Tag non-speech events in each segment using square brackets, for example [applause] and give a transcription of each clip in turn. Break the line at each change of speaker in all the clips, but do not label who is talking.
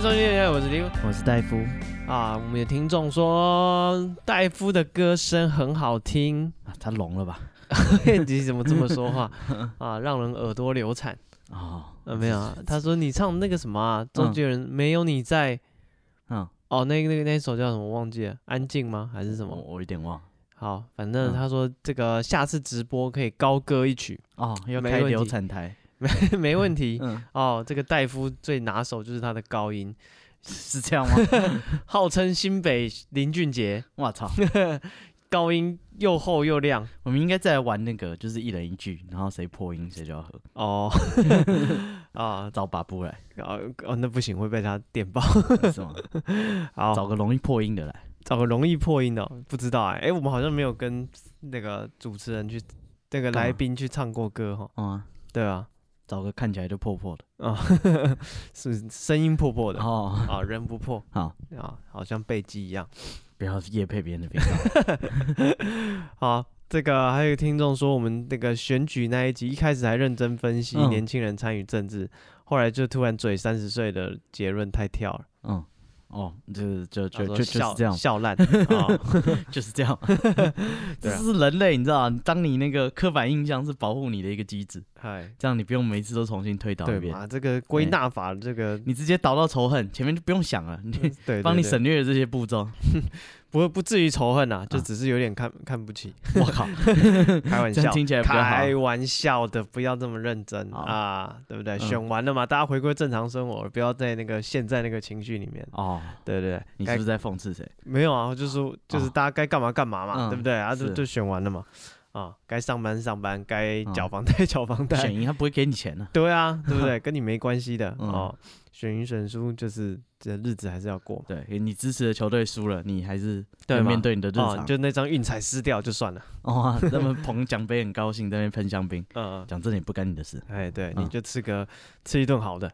收听乐乐，我是李
我是戴夫，
啊。我们有听众说戴夫的歌声很好听， [laughs]
啊、他聋了吧？
你怎么这么说
[laughs]
话啊？让人耳朵流产。
哦，
啊，没有啊，他说你唱那个什么、啊，周
嗯
杰伦、没有你在
嗯，
哦，那个那个那首叫什么忘记了，安静吗还是什
我
么？
我有点忘。
好，反正
嗯
他说这个下次直播可以高歌一曲， [laughs]
哦，要
没
开
问
流
题
产台，
没问题。
嗯，
哦，这个戴夫最拿手就是他的高音，
是这样
[laughs]
吗？
号称新北林俊杰，
我操，
[laughs] 高音又厚又亮。
我们应该再来玩那个，就是一人一句，然后谁破音谁就要喝，
哦， [laughs] 啊
找把
[laughs]
布来，
哦哦，那不行，会被他电爆。
是吗？
好，
找个容易破音的来。
找个容易破音的哦，不知道哎、哎、我们好像没有跟那个主持人去，那个
干嘛
来宾去唱过歌哈，
嗯啊，
对啊，
找个看起来就破破的。
啊、 [laughs] 是声音破破的啊、
哦，
人不破
好，
啊，好像贝基一样。 [laughs]
不要夜配别人的频道。
好，这个还有听众说，我们那个选举那一集一开始还认真分析
嗯
年轻人参与政治，后来就突然嘴三十岁的结论太跳了，
嗯，哦，就就
他说
就就就是
笑
这样，
[laughs] 笑
[laughs]
烂啊。
就是这样。 [laughs]
对
这
啊
是人类，你知道，当你那个刻板印象是保护你的一个机制，
嗨，
这样你不用每次都重新推导
对
一遍。
嘛？这个归
哎
纳法，这个
你直接导到仇恨，前面就不用想了，你
对对
帮你
对
省略了这些
[laughs]
步骤。
不不至于仇恨啊，就
啊
只是有点看看不
[laughs]
起，
我靠，
开玩
这
笑
样，听起来比较好。
开玩笑的，不要这么认真
好
啊，对不对？
嗯
选完了嘛，大家回归正常生活，不要在那个现在那个情绪里面，
哦，
对对
你
对，
是
该
不是在讽刺
[laughs]
谁？
没有啊，就是就是
哦
大家该干嘛干嘛嘛，
嗯
对不对啊？就是就选完了嘛，啊，该上班上班，该
嗯
缴房贷 [laughs] 缴房贷
选，赢他不会给你钱呢、
对啊，对不
[laughs]
对？跟你没关系的
嗯
哦，选赢选输就是这日子还是要过嘛，
对你支持的球队输了，你还是
对
要
嘛
面对你的日
哦
常。，
就那张运彩撕掉就算了，
[laughs] 哇，他们捧奖杯很高兴，在那边喷香槟，
嗯。嗯
讲这也不干你的事。
哎，对，你
嗯
就吃个吃一顿好的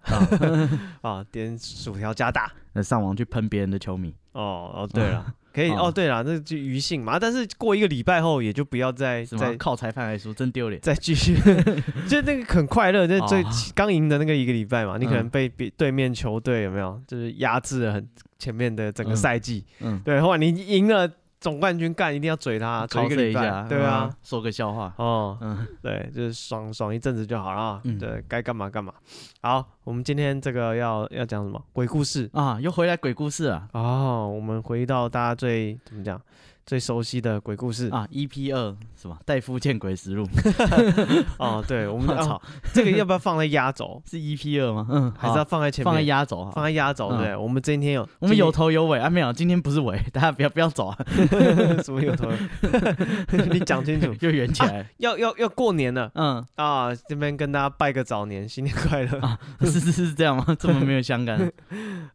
[laughs] 啊，点薯条加大。
那上网去喷别人的球迷，
哦哦，对了，可以
哦
哦，对了，那就余兴嘛。但是过一个礼拜后，也就不要再
是吗？
再
靠裁判来输，真丢脸。
再继续， [laughs] 就那个很快乐，就最
哦
刚赢的那个一个礼拜嘛，你可能
嗯
被比对面球队有没有就是压制了很前面的整个
嗯
赛季，
嗯，
对，或者你赢了总冠军干，一定要嘴他，嘴
考
一个
试
礼
嗯一
拜
下，，
对啊
嗯，，说个笑话。
哦，
嗯，
对，就是爽爽一阵子就好了啊。
嗯
对，该干嘛干嘛。好，我们今天这个要要讲什么？鬼故事
啊，又回来鬼故事啊
哦。我们回到大家最怎么讲最熟悉的鬼故事
啊！EP 二什么？戴夫见鬼实录，
哦。
[laughs]
对，我
我
们
操
哦，这个要不要放在压轴？
是 EP 二吗？嗯，
还是要放在前面？
放在压轴啊？
放在压轴
嗯
对。我们今天有
我们有
今
头有尾啊，没有，今天不是尾， [laughs] 大家不要不要走
[laughs]
啊，
天什么有头？ [laughs] 你讲清
[laughs]
楚。
又圆起来。
要要要过年了
嗯，
啊！这边跟大家拜个早年，新年快乐啊 [laughs]
嗯是是是这样吗？这么没有相干？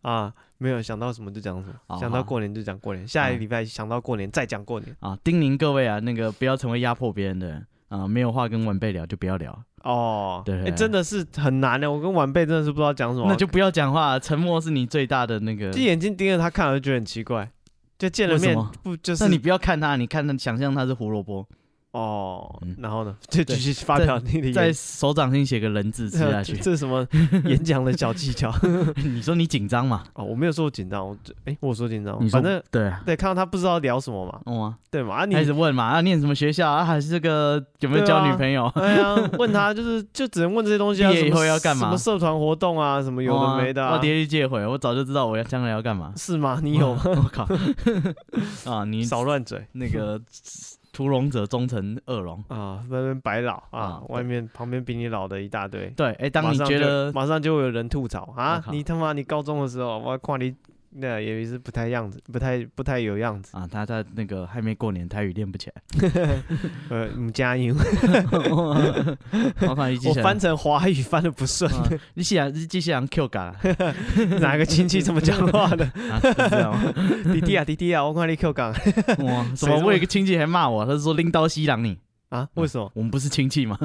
啊没有想到什么就讲什么，
好
想到
好
过年就讲过年，下一
嗯
礼拜想到过年再讲过年。
啊！叮咛各位啊，那个不要成为压迫别人的人啊，没有话跟晚辈聊就不要聊，
哦，
对
哎真的是很难的。我跟晚辈真的是不知道讲什么，
那就不要讲话，沉默是你最大的那个
就。眼睛盯着他看，我就觉得很奇怪。就见了
为
面
什么
不就是
那你不要看他，你看他，想象他是胡萝卜，
哦
嗯，
然后呢， [laughs] 就继
对
续发表你的演
在手掌心写个人字吃下
[laughs] 呃这
去。
这是什
[laughs]
么演讲的小技巧
你说你紧张嘛？
哦，我没有说我紧张，我就哎，我有说紧张吗，
你说
反正
对啊，
对，看到他不知道聊什么嘛，
嗯啊，
对嘛啊你
开始问嘛，啊，念什么学校啊？还是这个有没有
对啊
交女朋友？
哎呀，问他就是就只能问这些东西啊，
毕业
什
以
么
后要干嘛
什么社团活动啊，什么有的没的
我
啊，
爹去借回，我早就知道我要将来要干嘛。
是吗？你有吗
[laughs] 我靠！啊，你
少乱嘴
那个屠龙者终成恶龙。
啊，那边白老啊
啊，
外面旁边比你老的一大堆，
对，哎，当
马
你
上
觉
就
得
马上就会有人吐槽啊
我，靠
你他妈你高中的时候，我看你那也是不太样子，不太不太有样子，
啊，他他那个还没过年，台语练不 [laughs] 起来。
呃，唔加油，
我靠，你
我
记起来
翻，成华语翻的不顺，
啊你记想记想 Q 嘎 [laughs] 啊，
哪个亲戚这么讲话的？
是这样 [laughs] 吗？
弟弟啊弟弟啊，我看你 Q 港
哇，什
谁这
么？
么
我有一个亲戚还骂我，他说拎刀西郎你。
啊，为什么？
我们不是亲戚吗？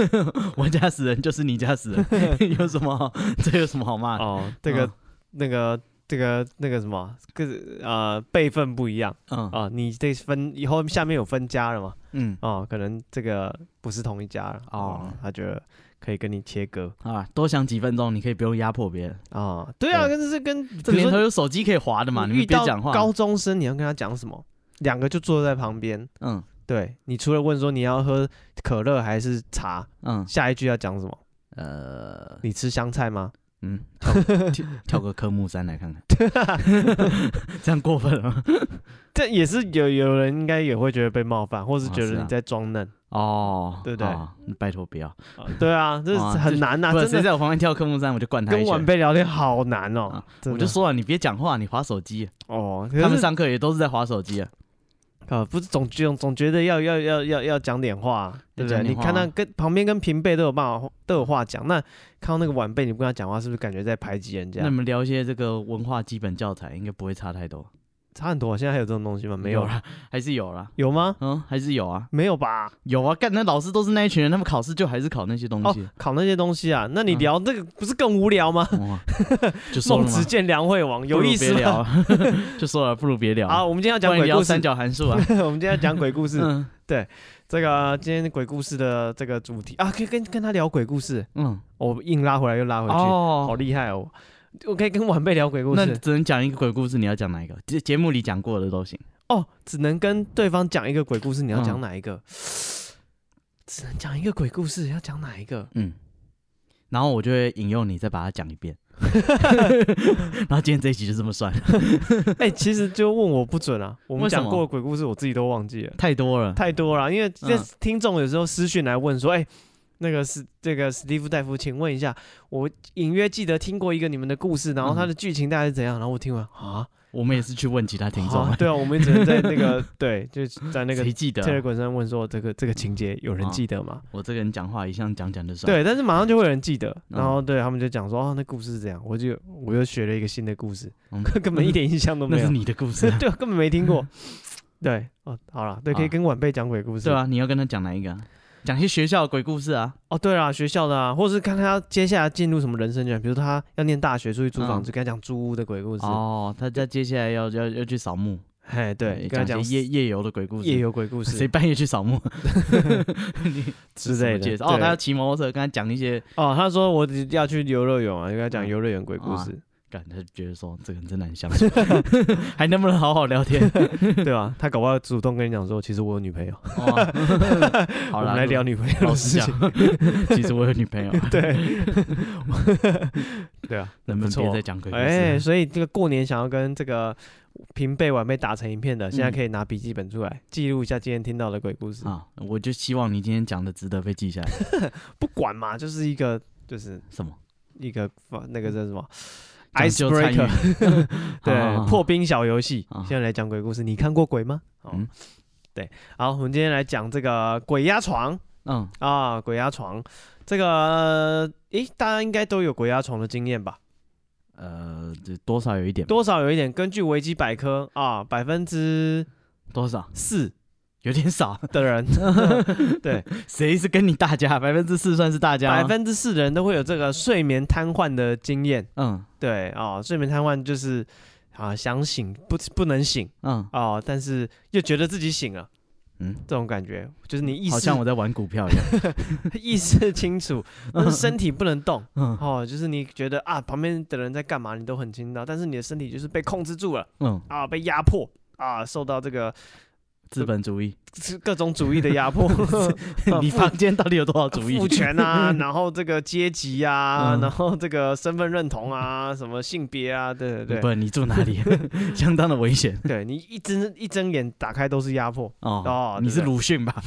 [laughs] 我家 [laughs] 死人就是你家死人，有什么好？这有什么好骂的？
哦哦，这个
啊嗯
那个。这个那个什么，个呃辈分不一样
嗯
啊、你这分以后下面有分家了嘛？
嗯
哦，可能这个不是同一家了
哦
哦，他觉得可以跟你切割
啊，多想几分钟，你可以不用压迫别人。
啊、对啊，
对
跟这是跟
这
比如
年
说
头有手机可以划的嘛，你
嗯遇
们别
到
讲话。
高中生你要跟他讲什么？两个就坐在旁边，
嗯
对你除了问说你要喝可乐还是茶，
嗯
下一句要讲什么？
呃
你吃香菜吗？
嗯，
[laughs]
跳跳跳个科目三来看看，这样过分了吗
这也是有有人应该也会觉得被冒犯，或是
啊
觉
是
得
啊
你在装嫩、
哦，
对不对
哦拜托不要，
啊对啊，这
啊
是很难呐、
不然谁
真的
在我旁边跳科目三，我就灌他一
跟晚
拳。
辈聊天好难哦、
啊
真
我
的
就说了，你别讲话，你划手机。
哦，可
他们
是
上课也都是在划手机啊。
啊，不是总总总觉得要要要要要讲点话，对不
要
对？
讲
你
点话
看他跟旁边跟平辈都有办法都有话讲，那看到那个晚辈，你不跟他讲话，是不是感觉在排挤人家
那你？们聊一些这个文化基本教材，应该不会差太多。
差很多啊，现在还有这种东西吗？没有
有
了，
啦， [laughs] 还是有啦。
有吗？
嗯，还是有啊，
没有吧？
有啊。干，那老师都是那一群人，他们考试就还是考那些东
哦
西。，
考那些东西啊，那你
嗯
聊这个不是更无聊吗？
哇，哦就
[laughs]
嗯说了
孟
嘛
子，见梁惠王，
不
有
如
意思
别
吗？
聊， [laughs] 就说了，不如别聊。
好，，我们今天要
讲
讲鬼
聊
故
三
事，
角函数啊。
[laughs] 我们今天要讲鬼故事。
嗯
这个今天鬼故事的这个主题啊，可以跟跟他聊鬼故事，哦
嗯，
我硬拉回来又拉回去，好
哦，
厉害哦！我可以跟晚辈聊鬼故
那
事，
只能讲一个鬼故事，你要讲哪一个？节节目里讲过的都行。
哦，只能跟对方讲一个鬼故事，你要讲
嗯
哪一个？ [sighs] 只能讲一个鬼故事，要讲哪一个？
嗯，然后我就会引诱你再把它讲一 [laughs] 遍。然后今天这一集就这么算了，
[laughs] 哎、其实就问我不准啊，我们
为什
讲
么
过的鬼故事我自己都忘记了，
太多了。
太多了。因为这
嗯
听众有时候私讯来问说，哎、那个是这个史蒂夫大夫，请问一下，我隐约记得听过一个你们的故事，然后
嗯
它的剧情大概是怎样？然后我听完啊，
我们也是去问其他听众
啊，对啊，我们只能在那个对，就在那个
谁记得啊、
Telegram 上问说，这个这个情节有人
啊
记得吗？
我这个人讲话一向讲讲就算。，
对，但是马上就会有人记得，
嗯
然后对他们就讲说，哦，那故事是这样，我就我又学了一个新的故事， [laughs]
嗯
根本一点印象都
那
没
是
有，。
你的故事、
[laughs]
啊 [laughs]
对，根本没听 [laughs] 过。对，哦，好了，对，可以
啊
跟晚辈讲鬼故事，
对？啊，你要跟他讲哪一个、啊？讲一些学校的鬼故事啊。
哦，对啦，学校的啊，或是看他接下来进入什么人生阶段，比如他要念大学出去租房
嗯
子，跟他讲租屋的鬼故事，
哦，他在接下来要要要去扫墓，
嘿，对，跟他
讲
嗯讲
一些夜夜游的鬼故事。 [laughs]
夜游鬼故
谁
事 [laughs]
半夜去扫墓
之类
怎么介
的。
绍哦，
对
他要骑摩托车，跟他讲一些，
哦，他说我只要去游乐园啊，就跟他讲
嗯
游乐园鬼故
啊
事，
感他就觉得说这个人真难相处，
[laughs]
[laughs] 还能不能好好聊天？
对啊，他搞不好主动跟你讲说，其实我有女朋友，
[laughs] 哦好
我
了，
们来聊女朋友
老
的
实
事
讲
情。，
[laughs] 其实我有女朋友，啊
[laughs] 对，对啊，
能不
不
能
错
别再讲鬼故事？
哎、所以这个过年想要跟这个平辈晚辈打成一片的，现在
嗯
可以拿笔记本出来记录一下今天听到的鬼故事。
啊，我就希望你今天讲的值得被记下来。
不管嘛，就是一个就是
什么
一个放那个叫什么
讲究参与 [laughs] 啊
icebreaker，对，
好好好
破冰小游戏。
啊
现在来讲鬼故事，你看过鬼吗？哦
嗯
对，好，我们今天来讲这个鬼压床
嗯，
啊，鬼压床这个，诶，大家应该都有鬼压床的经验吧？
呃，这多少有一点，
多少有一点，根据维基百科啊，百分之
多少
四
有点少。 [laughs]
的人，对，
谁是跟你大家？百分之四算是大家吗
百分之四的人都会有这个睡眠瘫痪的经验。
嗯
对啊、睡眠瘫痪就是啊想醒不不能醒
嗯
啊、但是又觉得自己醒了。
嗯，
这种感觉就是你意
好
识
像我在玩股票一样。
[laughs] 意识清
[laughs]
楚，但是身体不能动
嗯
哦。就是你觉得啊，旁边的人在干嘛，你都很清楚，但是你的身体就是被控制住了
嗯，
啊，被压迫啊，受到这个
资本主义，
各种主义的压迫。 [laughs] 啊
[laughs] 你
父
房间到底有多少主义？
父
[laughs]
权啊，然后这个阶级啊，
嗯
然后这个身份认同啊，什么性别啊，对对对，
不，你住哪里？ [laughs] 相当的危险
对你一睁一睁眼打开都是压迫，
哦
哦。
你是
对对
鲁迅
[laughs]
吧？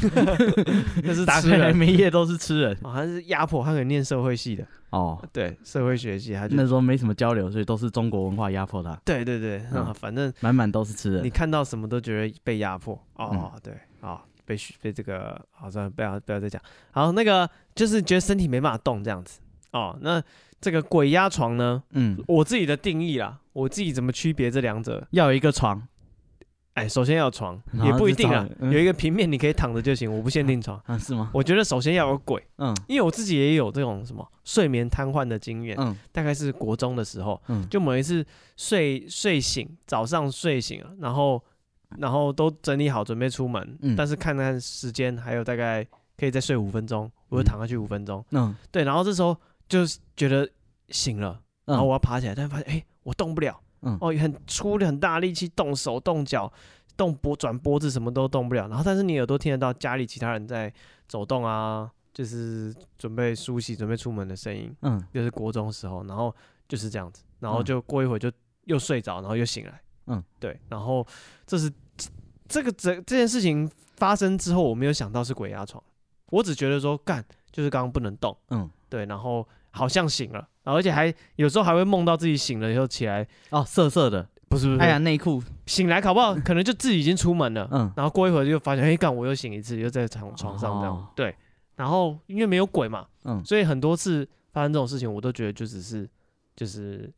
那是
打
吃
开来
人。
每页都是吃人
哦，他是压迫，他可能念社会系的，
哦。
对，社会学系，他就
那时候没什么交流，所以都是中国文化压迫他，
对对对，
嗯
啊，反正
满满都是吃
你
人。
看到什么都觉得被压迫，
嗯
哦，对，啊，被嘘被这个，好，算了，不要不要再讲，好，那个就是觉得身体没办法动这样子，哦，那这个鬼压床呢，
嗯，
我自己的定义啦，我自己怎么区别这两者？
要有一个床，
哎，首先要有床
然后
也不一
就
定啊
找，嗯
有一个平面你可以躺着就行，我不限定床。
啊，是吗？
我觉得首先要有鬼，
嗯
因为我自己也有这种什么睡眠瘫痪的经验，
嗯
大概是国中的时候，
嗯，
就某一次睡睡醒，早上睡醒了，然后然后都整理好准备出门，
嗯
但是看看时间还有大概可以再睡五分钟，我就躺下去五分钟，
嗯
对，然后这时候就是觉得醒了，然后我要爬起来，但发现哎、诶我动不了，
嗯
哦，很出了很大力气动手动脚。动脖转脖子什么都动不了，然后但是你耳朵听得到家里其他人在走动啊，就是准备梳洗、准备出门的声音。
嗯
就是国中时候，然后就是这样子，然后
嗯
就过一会儿就又睡着，然后又醒来，
嗯，
对，然后这是这个这这件事情发生之后，我没有想到是鬼压床，我只觉得说干就是刚刚不能动，
嗯
对，然后好像醒了，然后而且还有时候还会梦到自己醒了以后起来，
哦，色色的，
不是不是，
哎呀，内裤，
醒来搞不好可能就自己已经出门了，
嗯
然后过一会儿就发现，哎、干我又醒一次，又在床床上这样，
哦
对，然后因为没有鬼嘛，
嗯
所以很多次发生这种事情，我都觉得就只是就是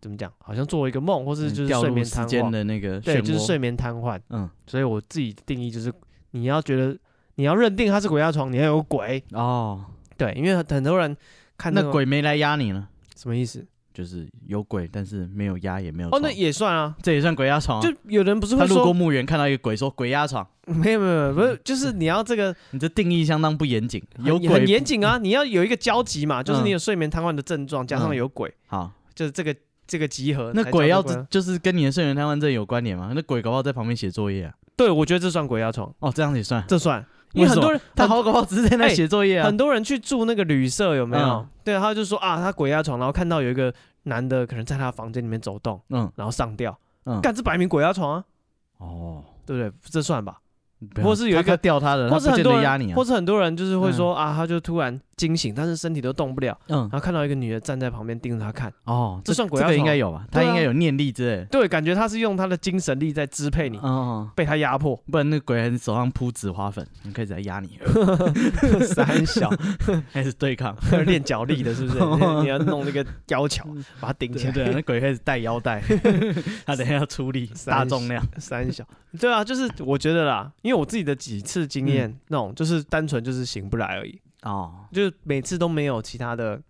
怎么讲，好像做一个梦，或是
嗯
就是
掉
睡
入
眠
时
瘫
间
痪，
的那个漩
对，
涡，
就是睡眠瘫痪。
嗯
所以我自己定义就是，你要觉得你要认定它是鬼压床，你要有鬼，
哦，
对，因为很多人看
那
种
鬼没来压你呢，
什么意思？
就是有鬼，但是没有压也没有
哦，
床
那也算啊，
这也算鬼压床啊。
就有人不是
他
会
路过
说，
墓园看到一个鬼，说鬼压床，
[laughs] 没有没有没有，不是，就是你要这
[laughs]
个
你这定义相当不严谨，有
很很
鬼
严谨啊，你要有一个交集嘛，就是
嗯
你有睡眠瘫痪的症状，加上
嗯
有鬼，
好。
就是这个这个集合才叫
那
做啊。
鬼要就是跟你的睡眠瘫痪症有关联吗？那鬼搞不好在旁边写作业啊。
对，我觉得这算鬼压床，
哦，这样
[laughs]
也算。
这算，因为很多人
他好搞不好只是在那
哎
写作业啊。
很多人去住那个旅社，有没有？
嗯
对，他就说啊，他鬼压床，然后看到有一个男的可能在他房间里面走动，
嗯
然后上吊，
嗯
干这摆明鬼压床啊，
哦，
对不对？这算吧，
不要
或是有一个
他他吊他的，
或
他
者
不
很
见
多
得压你
人，
啊
或。者很多人就是会说、啊，他就突然惊醒，但是身体都动不了，
嗯
然后看到一个女的站在旁边盯着他看，
哦，
这算鬼
这
压
个应
床
该有吧？他
对啊
应该有念力之类的。
对，感觉他是用他的精神力在支配你，
哦，
被他压
[laughs]
迫，
不然那鬼还是手上铺紫花粉，你开始来压你， [laughs]
三 [laughs] 小
开始对抗。
练脚力的，是
[laughs]
不是？你要弄那个腰桥把它顶起
嗯对
来，
[laughs] 对，啊那鬼开始带
[laughs]
腰带， [laughs] 他等一下要出力，
三
大重量。
三小，对啊，就是我觉得啦，因为我自己的几次经验，
嗯
那种就是单纯就是醒不来而已，
哦，
就是每次都没有其他的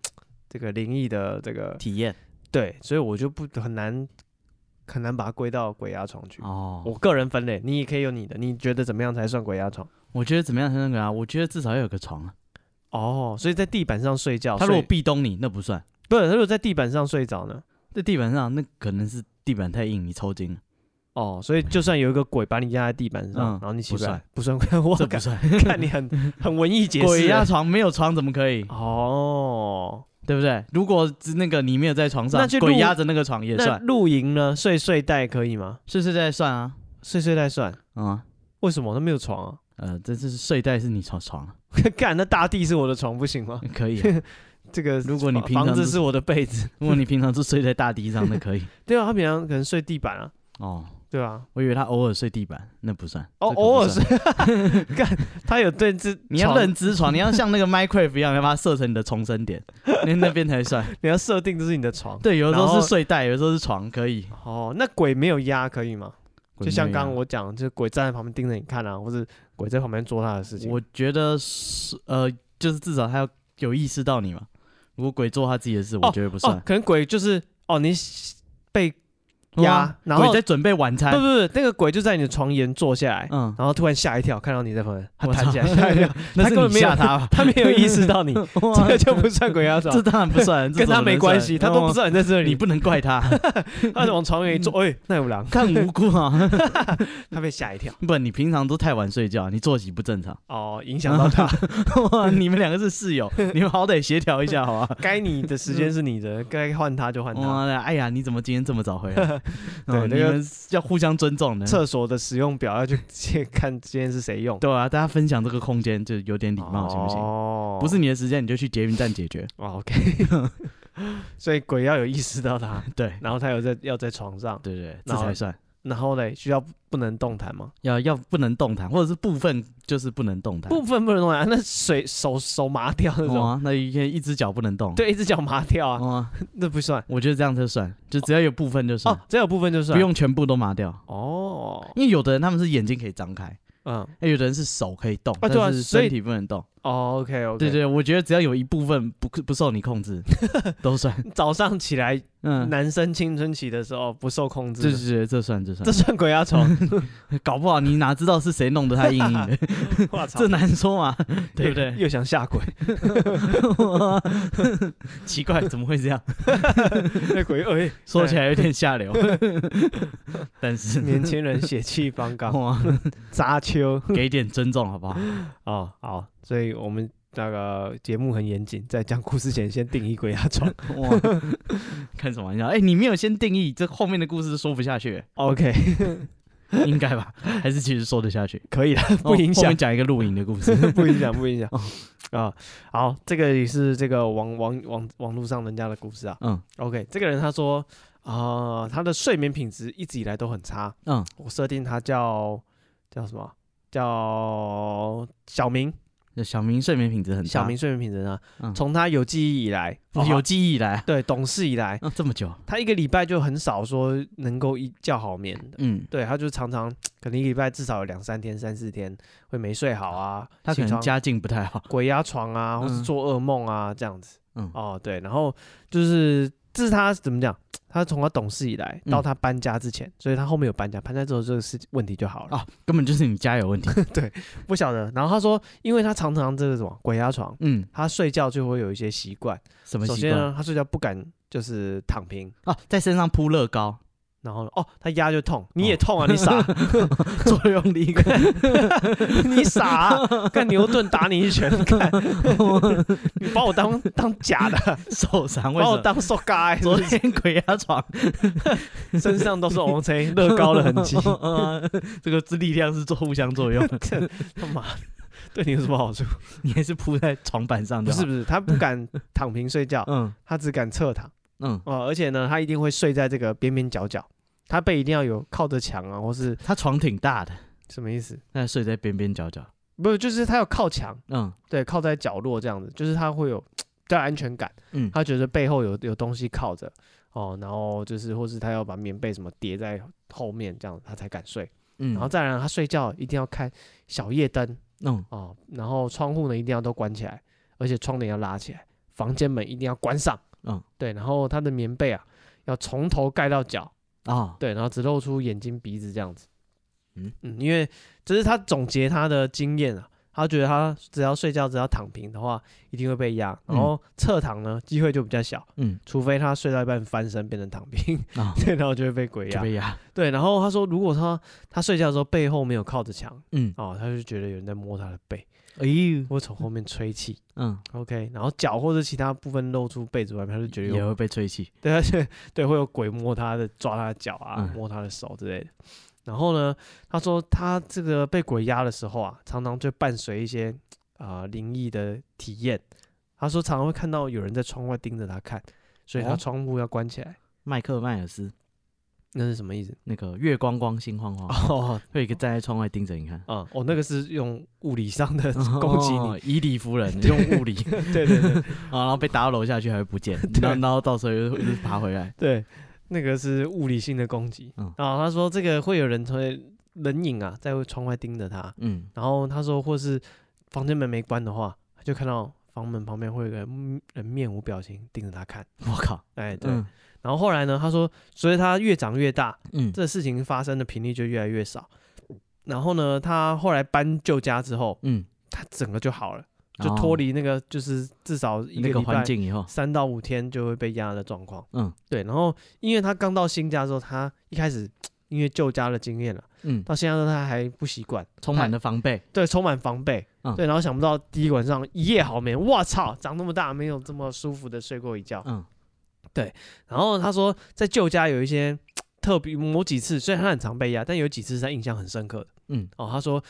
这个灵异的这个
体验
对，所以我就不很难很难把它归到鬼压床去。
哦，
我个人分类，你也可以有你的，你觉得怎么样才算鬼压床？
我觉得怎么样才算鬼啊？我觉得至少要有个床啊。
哦，所以在地板上睡觉，
他如
哦
果
所以
壁咚你，那不算。
不是，他如果在地板上睡着呢？
在地板上，那可能是地板太硬，你抽筋了，
哦，所以就算有一个鬼把你压在地板上，
嗯
然后你起不来，不算鬼。我
这不
感 [laughs]
算。
看你很很文艺解释。
[laughs] 鬼压床没有床怎么可以？
哦，
对不对？如果只那个你没有在床上
那去，录
鬼压着那个床也
那
算，
露营呢？睡睡袋可以吗？
睡睡袋算啊。
睡睡袋算？
嗯啊，
为什么？那没有床啊！ [laughs]
呃，这是睡袋是你床床啊，
干，那大地是我的床，不行吗？
可
[laughs]
以啊。
这个
如果你
房
平常
房子
是
是我的被
[laughs]
子，
如果你平常是睡在大地上，
[laughs]
那可以。
对啊，他平常可能睡地板啊，
哦，
对啊。
我以为他偶尔睡地板，那不算。
哦，
这可不
偶尔
算
睡，干，他有对这
你要
床
认知床，你要像那个 Minecraft 一样，要把它设成你的重
[laughs]
生点，那那边才算。
你要设定这是你的床。
对，有的时
然
候
后
是睡袋，有的时候是床，可以。
哦，那鬼没有压可以吗？就像刚刚
我，
我讲，就是鬼站在旁边盯着你看啊，或者鬼在旁边做他的事情。
我觉得是呃，就是至少他要有意识到你嘛。如果鬼做他自己的事，我觉得不
哦
算，。
可能鬼就是哦，你被
对啊
压哦然后
鬼在准备晚
不
餐
不，不，那个鬼就在你的床沿坐下来，
哎嗯，
然后突然吓一跳，看到你在旁边，他
我
弹
操
起来吓一跳，
那是
根
你
本没有
吓他吧？
[laughs] 他没有意识到
[laughs]
你，这
这
个就不算鬼压床
这，当然不算，这
跟他
怎么
没
能
关
算
系，他都不知，道你在这
哦你
里，
不嗯能怪他，
[laughs] 他往床沿一坐，哎，那有狼，
看无辜啊。
他被吓一跳，
不，你平常都太晚睡觉，你作息不正常。
[laughs] 哦，影响到
[laughs]
他，
哇，你们两个是室友，你们好歹协调一下，好吧？
该你的时间是你的，该换他就换他。
嗯哇，哎呀，你怎么今天这么早
[laughs]
回来？
对那
哦你
个
们要互相尊重的。
厕所的使用表要去先看今天是谁用，
对啊，大家分享这个空间就有点礼貌，行不行？
哦，
不是你的时间，你就去捷运站解
[laughs]
决。
哦，OK，所以鬼要有意识到他，
对， [laughs]
然后他有在要在床上，
对对，
然
这
后
才算。
然后嘞，需要不不能动弹吗？
要要不能动弹，或者是部分就是不能动弹。
部分不能动弹，那水手手麻掉那
哦
种，
啊那一天一只脚不能动。
对，一只脚麻掉啊，
哦啊，
那不算
我觉得这样就算，就只要有部分就算
哦，，只有部分就算
不用全部都麻掉。
哦，
因为有的人他们是眼睛可以张开，
嗯
那有的人是手可以动，
对啊
但是
所以
身体不能动。
，OK OK，
对对，我觉得只要有一部分不不受你
[laughs]
控制，都算。
早上起来，
嗯，
男生青春期的时候不受控制
这
的，
是这算这算
[laughs] 这，算鬼压
[laughs]
床，
搞不好你哪知道是谁弄得他硬硬 [laughs] 的，
我操
这，难说嘛，对不对？
又想下
[laughs]
鬼，
奇怪，怎么会这样？
那鬼哎，
说起来有点下流， [laughs] 但是
年轻人血气方刚，
哇， [laughs]
扎秋
给点尊重好不好？
哦，好，所以我们那个节目很严谨，在讲故事前先定义鬼压
[laughs]
床
哇，开什么玩笑？哎、你没有先定义，这后面的故事说不下去，
，OK，
应该吧？还是其实说得下 [laughs] 去？
可以了，不影
哦后
响
面。讲一个露营的故事。 [laughs]
[laughs] 不影响，不影响
哦
啊。好，这个也是这个网网网网络上人家的故事啊。
嗯
OK，这个人他说啊、他的睡眠品质一直以来都很差。
嗯，
我设定他叫叫什么？叫小明。
那小明睡眠品质很差，
小明睡眠品质呢
嗯？
从、他有记忆以来，
哦有记忆以来啊，
对懂事以来，
啊这么久，
他一个礼拜就很少说能够一觉好眠的。
嗯，
对，他就常常可能一个礼拜至少有两三天、三四天会没睡好啊，
他可
起
能
床
家境不太好，
鬼压床啊，或是
嗯
做噩梦啊这样子。
嗯
哦，对，然后就是这是他怎么讲？他从他懂事以来
嗯
到他搬家之前，所以他后面有搬家，搬家之后这个事问题就好了。
啊，根本就是你家有问题，
不晓得。然后他说，因为他常常这个什么鬼压床，
嗯，
他睡觉就会有一些习惯。
什么
首
习
先
惯
呢，他睡觉不敢就是躺平，
啊？在身上铺乐高， [laughs]
然后呢，哦，他压就痛，你也痛啊，你傻，
作用力跟
你傻、啊，看牛顿打你一拳，
[laughs]
看你把我当当假的，
[laughs] 受伤，为
把
什
我
么？
当瘦嘎、
昨天鬼压 [laughs] 床，
[laughs] 身上都是 OK 乐高的痕 [laughs]
[laughs]
迹。
嗯这个力量是做互相作 [laughs] 用的，
这他妈的对你有什么好处？
你还是铺在床板上
不
就是好，
不是，他不敢躺平睡 [laughs] 觉，
嗯
他只敢侧躺
嗯，
哦，而且呢，他一定会睡在这个边边角角，他背一定要有靠着墙啊，或是
他床挺大的，
什么意思？
那睡在边边角角，
不，就是他要靠墙，
嗯
对，靠在角落这样子，就是他会有比较安全感，
嗯，
他觉得背后有有东西靠着哦，然后就是或是他要把棉被什么叠在后面这样，他才敢睡。
嗯，
然后再然，他睡觉一定要开小夜灯，
嗯
哦，然后窗户呢一定要都关起来，而且窗帘要拉起来，房间门一定要关上。
嗯，
对，然后他的棉被啊要从头盖到脚，
啊，
对，然后只露出眼睛鼻子这样子。
嗯
嗯，因为这是他总结他的经验啊，他觉得他只要睡觉只要躺平的话，一定会被压，然后侧躺呢机会就比较小，
嗯
除非他睡到一半翻身变成躺平， [laughs]
啊，
对，然后就会被鬼
就
压。
被压，
对，然后他说如果他他睡觉的时候背后没有靠着墙，
嗯，
哦，他就觉得有人在摸他的背，
哎呦，
或从后面吹气。
嗯，
OK，然后脚或者其他部分露出被子外面，他就觉得
也
有
会被吹气，
对，而且对会有鬼摸他的、抓他的脚啊、
嗯
摸他的手之类的。然后呢，他说他这个被鬼压的时候啊，常常就伴随一些啊、呃灵异的体验。他说常常会看到有人在窗外盯着他看，所以他
哦
窗户要关起来。
麦克迈尔斯。
那是什么意思？
那个月光光心慌慌，
哦，
会有一个站在窗外盯着你看，
嗯， [laughs] 哦，那个是用物理上的 [laughs] 攻击你。
哦，以理服
[laughs]
人，用物理，
对对对
啊，然后被打到楼下去还会
[laughs]
不见，然后然后到时候又又爬回来，
对，那个是物理性的攻击。
嗯
然后他说这个会有人从人影啊，在窗外盯着他。
嗯，
然后他说，或是房间门没关的话，他就看到房门旁边会有个人人面无表情盯着他看。
我靠，
哎，对。
嗯
然后后来呢，他说，随着他越长越大，
嗯，
这事情发生的频率就越来越少。然后呢，他后来搬旧家之后，
嗯，
他整个就好了，就脱
哦
离那个就是至少一
那
个
个
礼
环
拜
境以后，
三到五天就会被压的状况。
嗯，
对。然后因为他刚到新家之后，他一开始因为旧家的经验了，
嗯，
到新家之后他还不习惯，
充满了防备，
对，充满防备。
嗯
对，然后想不到第一个晚上一夜好眠，我操，长那么大没有这么舒服的睡过一觉。
嗯
然后他说，在旧家有一些特别某几次，虽然他很常被压，但有几次是他印象很深刻的。
嗯，
哦，他说，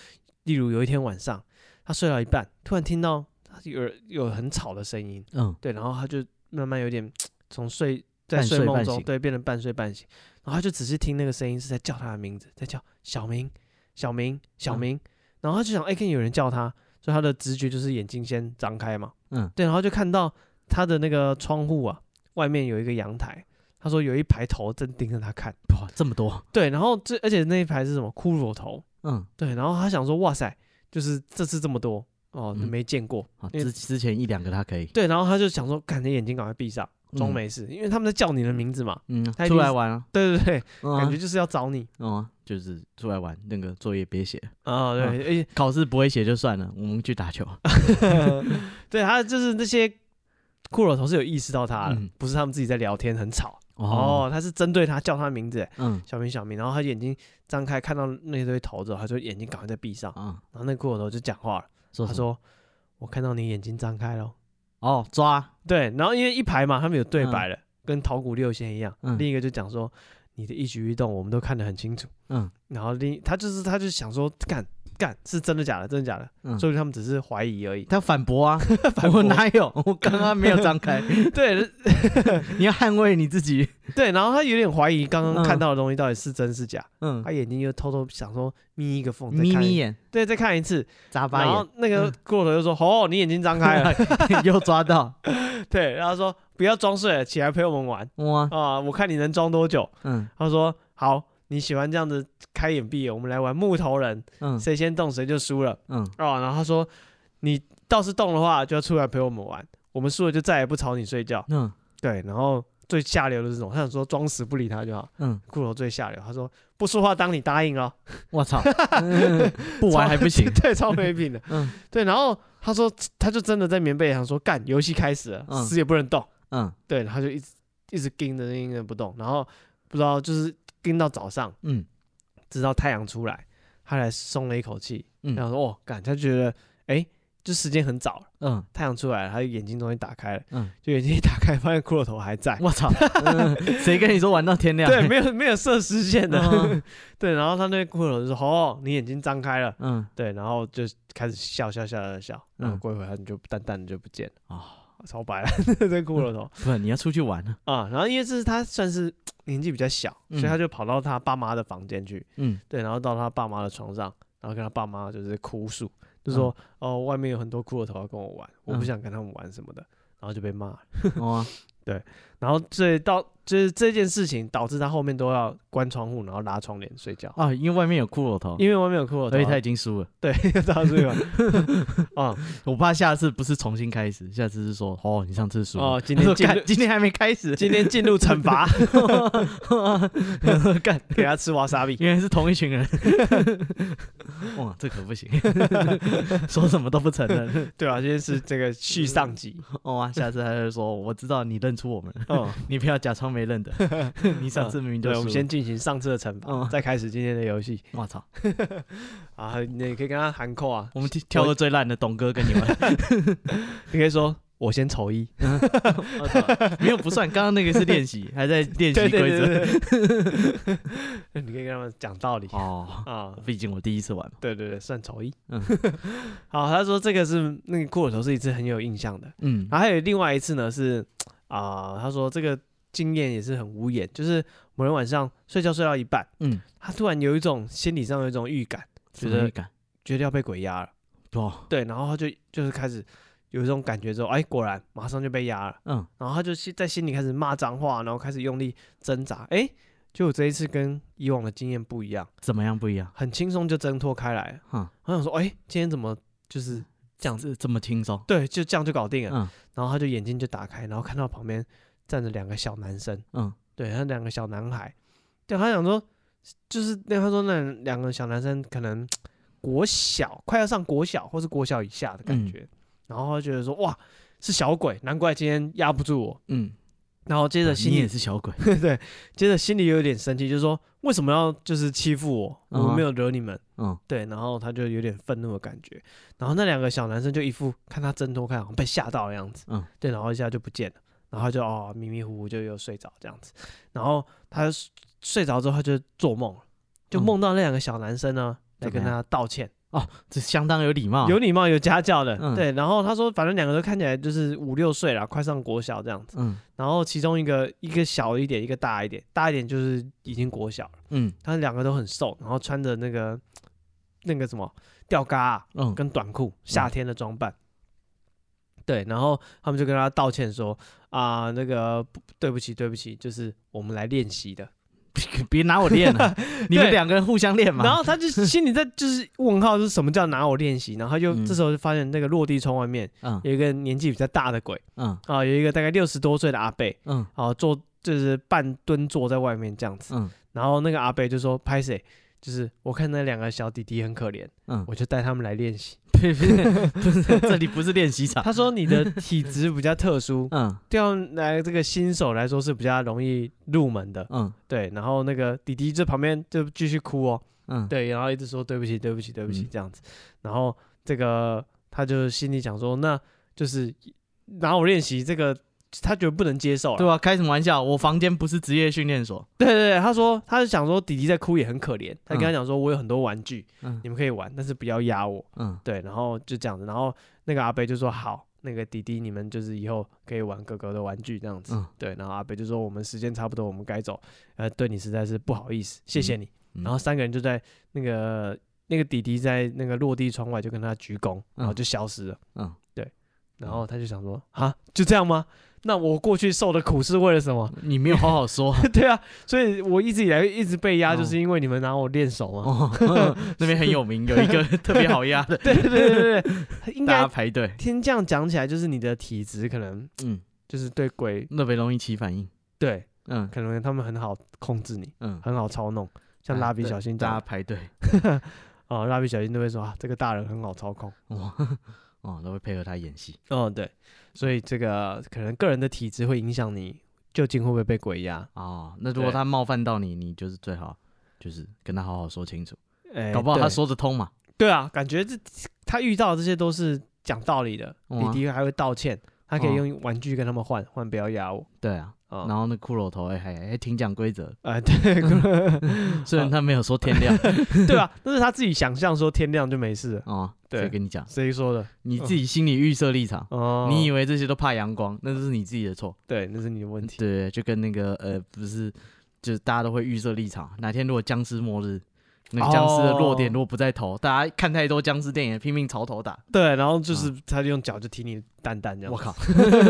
例如有一天晚上，他睡到一半，突然听到他有有很吵的声音，
嗯
对，然后他就慢慢有点从睡在
半
睡
睡
梦
半
中，
醒
对，变得半睡半醒，然后他就仔细听那个声音是在叫他的名字，在叫小明，小明，小
嗯
明。然后他就想，哎、看有人叫他，所以他的直觉就是眼睛先张开嘛，
嗯，
对，然后就看到他的那个窗户啊，外面有一个阳台，他说有一排头正盯着他看，
哇，这么多，
对，然后这而且那一排是什么骷髅头，
嗯，
对，然后他想说，哇塞，就是这次这么多哦，
嗯
没见过，
好，
因为
之之前一两个他可以，
对，然后他就想说，赶紧眼睛赶快闭上，装
嗯
没事，因为他们在叫你的名字嘛，
嗯，
他一
出
定
来
是
玩啊，
对对对，
嗯啊
感觉就是要找你
嗯啊，就是出来玩，那个作业别写，
啊，对，
嗯
而且
考试不会写就算了，我们去打球，
[laughs] 对他就是那些骷髅头是有意识到他的，
嗯
不是他们自己在聊天很吵 [laughs] 哦，他是针对他叫他名字
嗯
小明小明，然后他眼睛张开看到那堆头之后，他就眼睛赶快再闭上，
啊，
然后那骷髅头就讲话了，
说
他
什么
说我看到你眼睛张开了，
哦抓，
对，然后因为一排嘛，他们有对白了，跟桃谷六仙一样，
嗯
另一个就讲说你的一举一动我们都看得很清楚，
嗯
然后另他就是他就想说干干是真的假的真的假的，
嗯，
所以他们只是怀疑
[laughs]
而已，
他反驳啊，
反
我
驳
哪
[laughs]
有，我刚刚没有张开，
对，
你要捍卫你自己，
对，然后他有点怀疑刚刚看
嗯
到的东西到底是真是假，
嗯
他，眼睛又偷偷想说眯一个缝，再
眯
看一
眯，眼，
对，再看一次，
眨巴
然后
眼，
那个过头就说：“哦，你眼睛张
[laughs]
开了。
又抓到，”
对，然后他说：“不要装睡了，起来陪我们玩
哇，
啊！我看你能装多久。
嗯”
他说：“好，你喜欢这样子开眼闭眼，我们来玩木头人， [laughs]
嗯
谁先动谁就输了
嗯，
哦。”然后他说：“你倒是动的话，就要出来陪我们玩，我们输了就再也不吵你睡觉。
嗯”
对，然后最下流的是这种，他想说装死不理他就好。
嗯，
骷髅最下流，他说不说话，当你答应 [laughs] 了，，
我操，嗯不玩还不行
对，超没 [laughs] 品的，
嗯
对。然后他说，他就真的在棉被上说，干，游戏开始了，
嗯
死也不能动，
嗯
对，他就一直一直盯着盯着不动，然后不知道就是盯到早上，
嗯
直到太阳出来，他才松了一口气，
嗯
然后说，哦，干，他觉得，哎，就时间很早了，
嗯
太阳出来了，他眼睛终于打开了，
嗯，
就眼睛一打开，发现骷髅头还在，
我操， [laughs] 嗯谁跟你说玩到天亮？
对，没有没有设时限的，
[laughs] 嗯
[laughs] 对，然后他那个骷髅头就说，哦，你眼睛张开了。
嗯
对，然后就开始笑笑笑笑笑，然后
嗯
过一会儿他们就淡淡的就不见了，
啊，
超白了 [laughs] 这骷髅头
不，你要出去玩啊，
啊、然后因为这是他算是年纪比较小，所以他
嗯
就跑到他爸妈的房间去，
嗯
对，然后到他爸妈的床上，然后跟他爸妈就是哭诉，就说、哦，外面有很多骷髅头要跟我玩，我不
嗯
想跟他们玩什么的，然后就被骂了。
哦啊，
然后这到就是这件事情导致他后面都要关窗户，然后拉窗帘睡觉。
啊，因为外面有骷髅头，
因为外面有骷髅头
所以
[laughs]
他
啊，
已经输了。
对，到处有
[laughs]
啊，
我怕下次不是重新开始，下次是说哦，你上次输了
哦今天
他说
进
[laughs] 干
入
今天还没开始，
今天进入惩
[laughs]
罚，
干，
给他吃瓦萨比。
[laughs] 原来是同一群人。哇，这可不行， [laughs] 说什么都不承认。
对啊，今天是这个续上
[laughs]
集。
哦啊，下次他就说我知道你认出我们，
嗯，
你不要假装没认得， [laughs] 你上次明明就
对，
输了。
我们先进行上次的惩罚，
嗯
再开始今天的游戏
我操，
啊。你也可以跟他喊扣啊，
我们挑个最烂的董哥跟你 [laughs] 玩。
你可以说我先抽
[laughs]
一，
我操没有不算，刚刚那个是练习，还在练习
对对
哦规则。
对对对。 [laughs] 你可以跟他们讲道理
哦，
啊。
毕竟我第一次玩嘛。
对对对，算抽一。
嗯
[laughs] 好，他说这个是那个骷髅头是一次很有印象的，
嗯
然后还有另外一次呢是啊、他说这个经验也是很无言，就是某天晚上睡觉睡到一半，
嗯，
他突然有一种心理上有一种预感，觉
觉
得
得感
觉得要被鬼压了。
哦，
对，然后他就就是开始有一种感觉之后，哎，果然马上就被压了，
嗯
然后他就心在心里开始骂脏话，然后开始用力挣扎，哎，就我这一次跟以往的经验不一样，
怎么样不一样？
很轻松就挣脱开来了。
哈，
我想说，哎，今天怎么就是这样子？
这这么轻松？
对，就这样就搞定了。
嗯
然后他就眼睛就打开，然后看到旁边站着两个小男生，
嗯
对，他两个小男孩，对，他想说，就是那他说那两个小男生可能国小快要上国小或是国小以下的感
嗯
觉，然后他觉得说哇是小鬼，难怪今天压不住我，
嗯，
然后接着
啊
心
你
里、
也是小鬼，
对，接着心里有点生气，就是说为什么要就是欺负我，我
嗯
没有惹你们。
嗯
对，然后他就有点愤怒的感觉，然后那两个小男生就一副看他挣脱开，好像被吓到的样子，
嗯，
对，然后一下就不见了，然后他就哦迷迷糊糊就又睡着这样子，然后他睡着之后他就做梦了，就
嗯
梦到那两个小男生呢在
怎么
跟他道歉，
哦，这相当有礼貌。
有礼貌有家教的，
嗯
对。然后他说，反正两个都看起来就是五六岁啦，快上国小这样子。
嗯
然后其中一个一个小一点，一个大一点，大一点就是已经国小了。
嗯
他两个都很瘦，然后穿着那个那个什么吊嘎啊、
嗯，
跟短裤，夏天的装扮。对，然后他们就跟他道歉说啊、那个不对不起，对不起，就是我们来练习的。
[laughs] 别拿我练了，你们
对
两个人互相练嘛。
然后他
[laughs]
就心里在就是问号，是什么叫拿我练习？然后他就、
嗯
这时候就发现那个落地窗外面
嗯
有一个年纪比较大的鬼
嗯
啊、有一个大概六十多岁的阿伯
嗯
啊、坐就是半蹲坐在外面这样子。
嗯
然后那个阿伯就说：“拍谁？就是我看那两个小弟弟很可怜，
嗯，
我就带他们来练习。
呸呸，不 [laughs] 是这里不是练习场。，
他说你的体质比较特殊
嗯
对我们来这个新手来说是比较容易入门的。
嗯
对，然后那个弟弟这旁边就继续哭哦，
嗯，
对，然后一直说对不起，对不起，对不起
嗯
这样子。然后这个他就心里想说，那就是拿我练习这个，他觉得不能接受了。
对啊，开什么玩笑？我房间不是职业训练所。
对对对，他说他就想说弟弟在哭也很可怜，他跟他
嗯
讲说我有很多玩具，
嗯
你们可以玩，但是不要压我。
嗯
对，然后就这样子，然后那个阿贝就说好，那个弟弟你们就是以后可以玩哥哥的玩具这样子。
嗯
对，然后阿贝就说我们时间差不多，我们该走，呃，对你实在是不好意思，谢谢你。
嗯
然后三个人就在那个那个弟弟在那个落地窗外就跟他鞠躬，然后
嗯
就消失了。
嗯，
然后他就想说啊，就这样吗？那我过去受的苦是为了什么？
你没有好好说。
[laughs] 对啊，所以我一直以来一直被压，就
哦
是因为你们拿我练手嘛。
哦， [laughs] 那边很有名，有一个特别好压的，
[laughs] 对对对对
[laughs]
对，应
大
该
家排队。
听这样讲起来，就是你的体质可能
嗯，
就是对鬼
特别容易起反应。
对，
嗯
可能他们很好控制你，
嗯，
很好操弄。像
哎
蜡笔
对
小新这
大家
样，
排队。
哦，蜡笔小新都会说啊，这个大人很好操控。
哇 [laughs] 哦，都会配合他演戏。
哦，对，所以这个可能个人的体质会影响你究竟会不会被鬼压。
哦，那如果
对
他冒犯到你，你就是最好就是跟他好好说清楚，
哎
搞不好他
对
说得通嘛。
对啊，感觉这他遇到的这些都是讲道理的，
嗯啊
弟弟还会道歉，他可以
哦
用玩具跟他们换，换不要压我。
对啊，
啊、
然后那骷髅头哎还还挺讲
[laughs]
规则，
哎，对，
虽然他没有说天
[laughs]
亮
对啊，那是他自己想象说天亮就没事了，
哦，
对
谁跟你讲？
谁说的？
你自己心里预设立场，
哦，
你以为这些都怕阳光，那都是你自己的错。
对，那是你的问题。
对，就跟那个呃，不是，就是大家都会预设立场，哪天如果僵尸末日，那个僵尸的弱点
哦
如果不在头，大家看太多僵尸电影，拼命朝头打，
对，然后就是他就用脚就踢你蛋蛋这样。
我！靠， [laughs]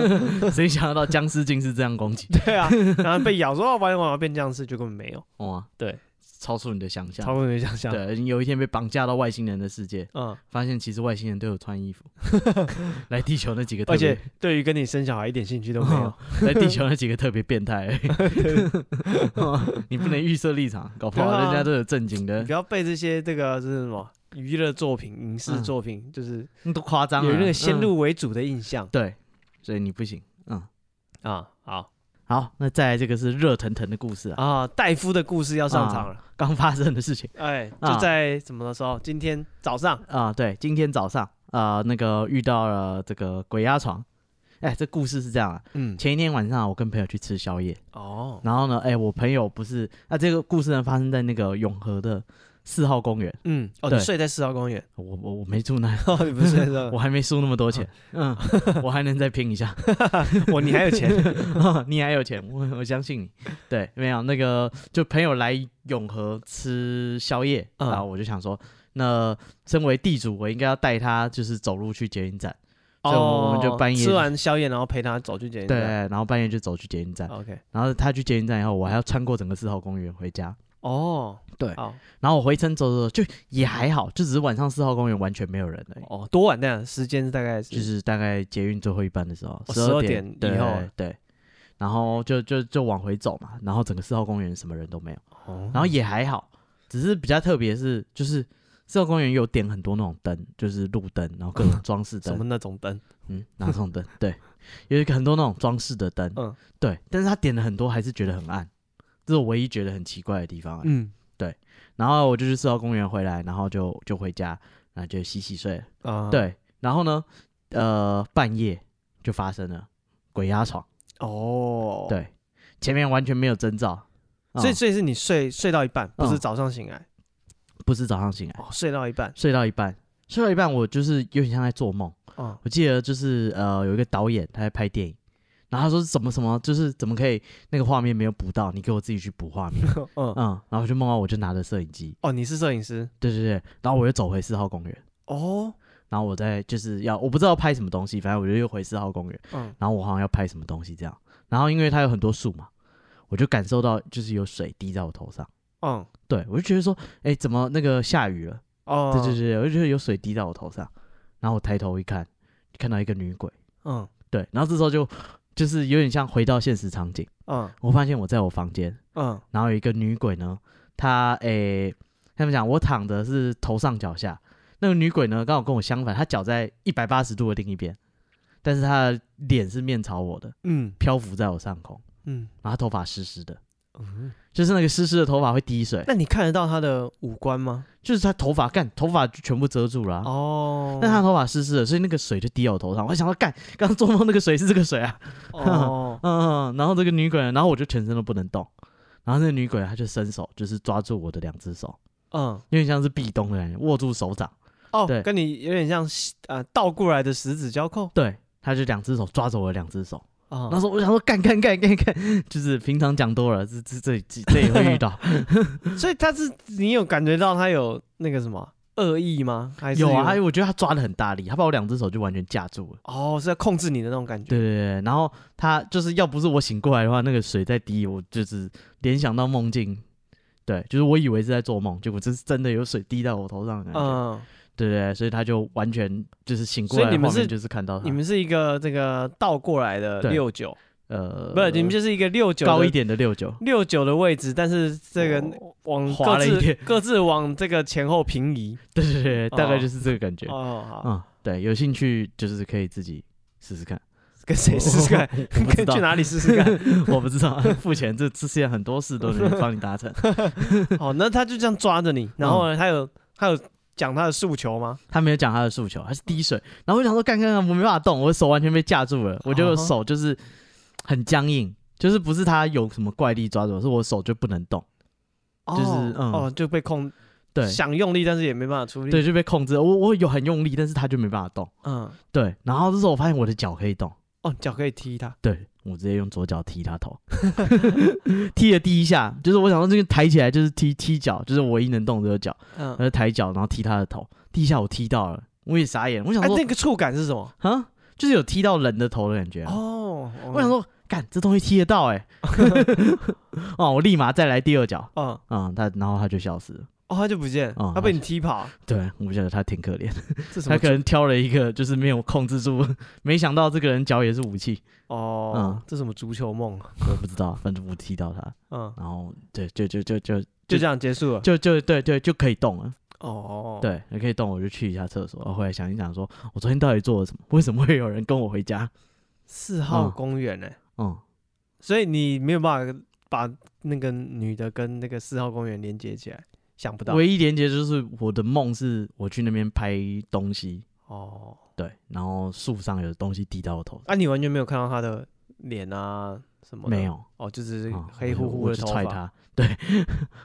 谁想得到僵尸竟是这样攻击？
对啊，然后被咬说哦，完了完了变僵尸，就根本没有，
哇、
对，
超出你的想
超
象。
过你的想象。，
对，你有一天被绑架到外星人的世界，
嗯，
发现其实外星人都有穿衣 [laughs] 服。来地球那几个特
而
别，
且对于跟你生小孩一点兴趣都没
[laughs]
有。
来地球那几个特别变态 [laughs] 而已。你不能预设立场，搞不好
对啊
人家都有正经的
你不，要被这些这个是什么娱乐作品、影视
嗯
作品，就是
那都夸张了。
有那个先
嗯
入为主的印象
对，所以你不行。嗯，
啊。好
好，那再来这个是热腾腾的故事啊，
啊，戴夫的故事要上场了，
刚发生的事情
哎，
啊
就在什么的时候？今天早上
啊、对，今天早上啊、那个遇到了这个鬼压床。哎，这故事是这样啊，
嗯，
前一天晚上我跟朋友去吃宵夜，
哦，
然后呢，哎，我朋友不是，那、这个故事呢发生在那个永和的四号公园，
嗯，哦，
对
你睡在四号公园， [laughs]
我我我没住那，
哦，你不是睡
[laughs]
在
我还没输那么多钱，嗯，我还能再拼一下，
我，你还有
[laughs]
钱
你还有钱，我我相信你。对，没有那个，就朋友来永和吃宵夜，
嗯
然后我就想说，那身为地主，我应该要带他就是走路去捷运站，所以我们我们就半
哦
夜
吃完宵夜，然后陪他走去捡。
对，然后半夜就走去捷运站，
，OK，
然后他去捷运站以后，我还要穿过整个四号公园回家。
哦，
对
好，
然后我回程走走走，就也还好，就只是晚上四号公园完全没有人而已，
哦，多晚那样？时间是大概
就是是大概捷运最后一班的时候，
哦
十二、
12点以后
对对，然后就就就往回走嘛，然后整个四号公园什么人都没有。
哦
然后也还好，只是比较特别是就是四号公园有点很多那种灯，就是路灯，然后各种装饰
什
灯
么，那种灯，
嗯，哪种灯？ [laughs] 对，有一个很多那种装饰的灯，
嗯
对，但是他点了很多，还是觉得很暗，这是我唯一觉得很奇怪的地方而已、
嗯
然后我就去四号公园回来，然后就就回家，然后就洗洗睡了、
啊，，
对，然后呢，呃，半夜就发生了鬼压床，
哦，
对，前面完全没有征兆，
所以
嗯
所以是你睡睡到一半，不是
嗯
早上醒来。
不是早上醒来，
哦，睡到一半，
睡到一半，睡到一半我就是有点像在做梦。 [laughs]
嗯，
我记得就是呃有一个导演他在拍电影，然后他说什么什么，就是怎么可以那个画面没有补到，你给我自己去补画面。
嗯，
嗯，然后我就梦到我就拿着摄影机，
哦，你是摄影师，
对对对，然后我又走回四号公园，
哦，
然后我再就是要我不知道拍什么东西，反正我就又回四号公园，
嗯，
然后我好像要拍什么东西这样，然后因为它有很多树嘛，我就感受到就是有水滴在我头上，
嗯，
对我就觉得说，哎，怎么那个下雨了？
哦，
对对，对，我就觉得哎有水滴到我头上，然后我抬头一看，看到一个女鬼，
嗯
对，然后这时候就就是有点像回到现实场景，
嗯
我发现我在我房间，
嗯，
然后有一个女鬼呢，她诶，他们讲我躺的是头上脚下，那个女鬼呢刚好跟我相反，她脚在一百八十度的另一边，但是她的脸是面朝我的，
嗯
漂浮在我上空，
嗯
然后她头发湿湿的，
嗯，
就是那个湿湿的头发会滴水，
那你看得到他的五官吗？
就是她头发干头发就全部遮住了、啊。
哦，
但她头发湿湿的，所以那个水就滴到我头上。我还想到，干，刚刚做梦那个水是这个水啊， [laughs]
哦，
嗯，然后这个女鬼，然后我就全身都不能动，然后那个女鬼她就伸手，就是抓住我的两只手，
嗯，
有点像是壁咚的感觉，握住手掌，
哦
对，
跟你有点像呃倒过来的十指交扣
对，她就两只手抓着我的两只手。
啊
那时候我想说，干干干干干，就是平常讲多了，这这这这这也会遇到，嗯
所以他是你有感觉到他有那个什么恶意吗？ [laughs] 还是
有啊，还有我觉得她抓的很大力，她把我两只手就完全架住了。
哦，是在控制你的那种感觉。
对对对，然后她就是要不是我醒过来的话，那个水在滴，我就是联想到梦境，对，就是我以为是在做梦，结果这是真的有水滴到我头上的感觉。
嗯，
对对对，所以他就完全就是醒过
所以
来，
你们
画面
是
就是看到他，
你们是一个这个倒过来的
啊对
六九，
呃，
不是你们就是一个六九
高
的
一点的六九，
六九的位置，但是这个
哦
往
滑
各
了一
自
点
[laughs] 各自往这个前后平移。
对对对，大概
哦
就是这个感觉。
哦，好，
嗯，对，有兴趣就是可以自己试 [laughs] 试看，
跟谁试试看？
[laughs] 我我不知
跟
道
去，哪里试试
[laughs]
看？
我不知道，付钱这这世界很多事都能帮你达成。
好，哦那他就这样抓着你，
嗯
然后呢，他有他有讲他的诉求吗？
他没有讲他的诉求，他是滴水，然后我想说，干干干，我没办法动，我的手完全被架住了，我觉得
啊
我
哈
手就是很僵硬，就是不是他有什么怪力抓住我，是我手就不能动，就是
哦
嗯
哦，就被控，
对
想用力，但是也没办法出力。
对，，就被控制了。我我有很用力，但是他就没办法动。
嗯，
对，然后这时候我发现我的脚可以动，
哦，脚可以踢他。
对我直接用左脚踢他头， [laughs] 踢了第一下，就是我想说这个抬起来就是踢踢脚，就是我唯一能动的脚，
嗯
然，后抬脚然后踢他的头，第一下我踢到了，我也傻眼，我想
哎，
说
那个触感是什么？
啊、就是有踢到人的头的感觉啊、
哦，
我想说干这东西踢得到哎、 [laughs] 哦我立马再来第二脚，
嗯，嗯，
嗯他然后他就消失了，
哦，他就不见
哦
了，他被你踢跑，
对我觉得他挺可怜，
这什
他
么
可能挑了一个就是没有控制住， [laughs] 没想到这个人脚也是武器，
哦
嗯，
这什么足球梦？啊
我不知道，反正我踢到他。
嗯，
然后对，就就就就
就这样结束了。
就就对对就可以动了，
哦，，
对，可以动，我就去一下厕所，然后回来想一想说，我昨天到底做了什么？ [laughs] 为什么会有人跟我回家？
四号
嗯
公园呢？
嗯，
所以你没有办法把那个女的跟那个四号公园连接起来，想不到。
唯一连接就是我的梦是我去那边拍东西，
哦，
对，然后树上有东西滴到我头上，
啊，你完全没有看到她的脸啊什么的？
没。有，
哦，就只是
嗯
黑乎乎
我
的
就
头
踹
发。 [laughs]
他，对，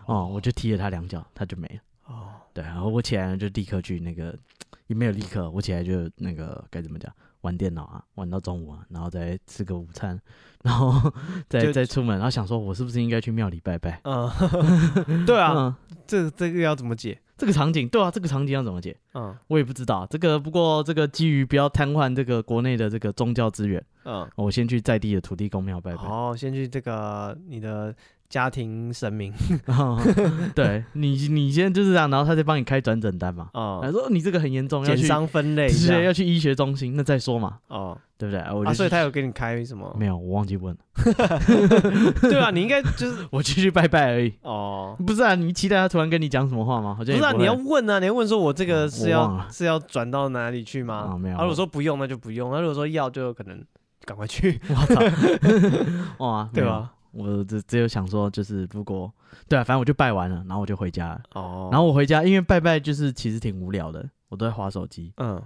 哦，我就踢了他两脚，他就没了，
哦，
对，然后我起来就立刻去那个，也没有立刻，我起来就那个该怎么讲？玩电脑啊，玩到中午啊，然后再吃个午餐，然后 [laughs] 再
就
再出门，然后想说，我是不是应该去庙里拜拜？
嗯， [laughs] 对啊，
嗯，
这这个要怎么解？
这个场景，对啊，这个场景要怎么解？
嗯
我也不知道。这个不过这个基于不要瘫痪这个国内的这个宗教资源，
嗯，
我先去在地的土地公庙拜拜。
好，先去这个你的家庭神明哦
[laughs] 对你，你先就是这样，然后他再帮你开转诊单嘛。
啊
他，说哦你这个很严重，要
减
去
伤分类一
直接
下
要去医学中心，那再说嘛，
哦。
对不对？我就
啊，
去
所以他有哦给你开什么？
没有，我忘记问了， [laughs]
对啊，你应该就是
我就去拜拜而已。 [laughs]
哦，
不是啊，你期待他突然跟你讲什么话吗？好
不
像也
是啊，
会
你要问啊，你要问说我这个
嗯
是
我忘
要
了
是要转到哪里去吗？
啊没有
啊，如果说不用，那就不用；那如果说要，就有可能赶快去，
我操，
[laughs]
哇，
对
没有？
吧？
我只只有想说，就是如果对啊，反正我就拜完了，然后我就回家了。
哦，
嗯然后我回家，因为拜拜就是其实挺无聊的，我都在划手机，
嗯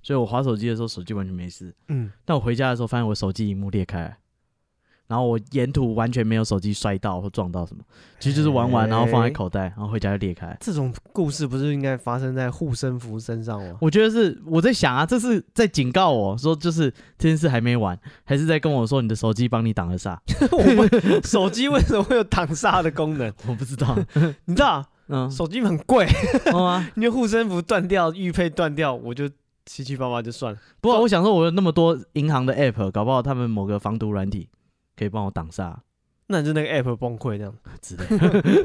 所以我划手机的时候手机完全没事。
嗯，
但我回家的时候发现我手机荧幕裂开来，然后我沿途完全没有手机摔到或撞到什么，其实就是玩玩，然后放在口袋，然后回家就裂开。
这种故事不是应该发生在护身符身上
[laughs]
吗？
我觉得是我在想啊，这是在警告我说，就是这件事还没完，还是在跟我说你的手机帮你挡了煞？ [laughs]
我们手机为什么会有挡煞的功
[laughs]
能？
我不
[laughs]
知道，
你知道 [laughs]
嗯，
手机很贵，
哦啊，
你的护身符断掉、玉佩断掉，我就七七八八就算了。
不过我想说，我有那么多银行的 app，搞不好他们某个防毒软体可以帮我挡煞
那你就那个 app 崩溃这样。
之类，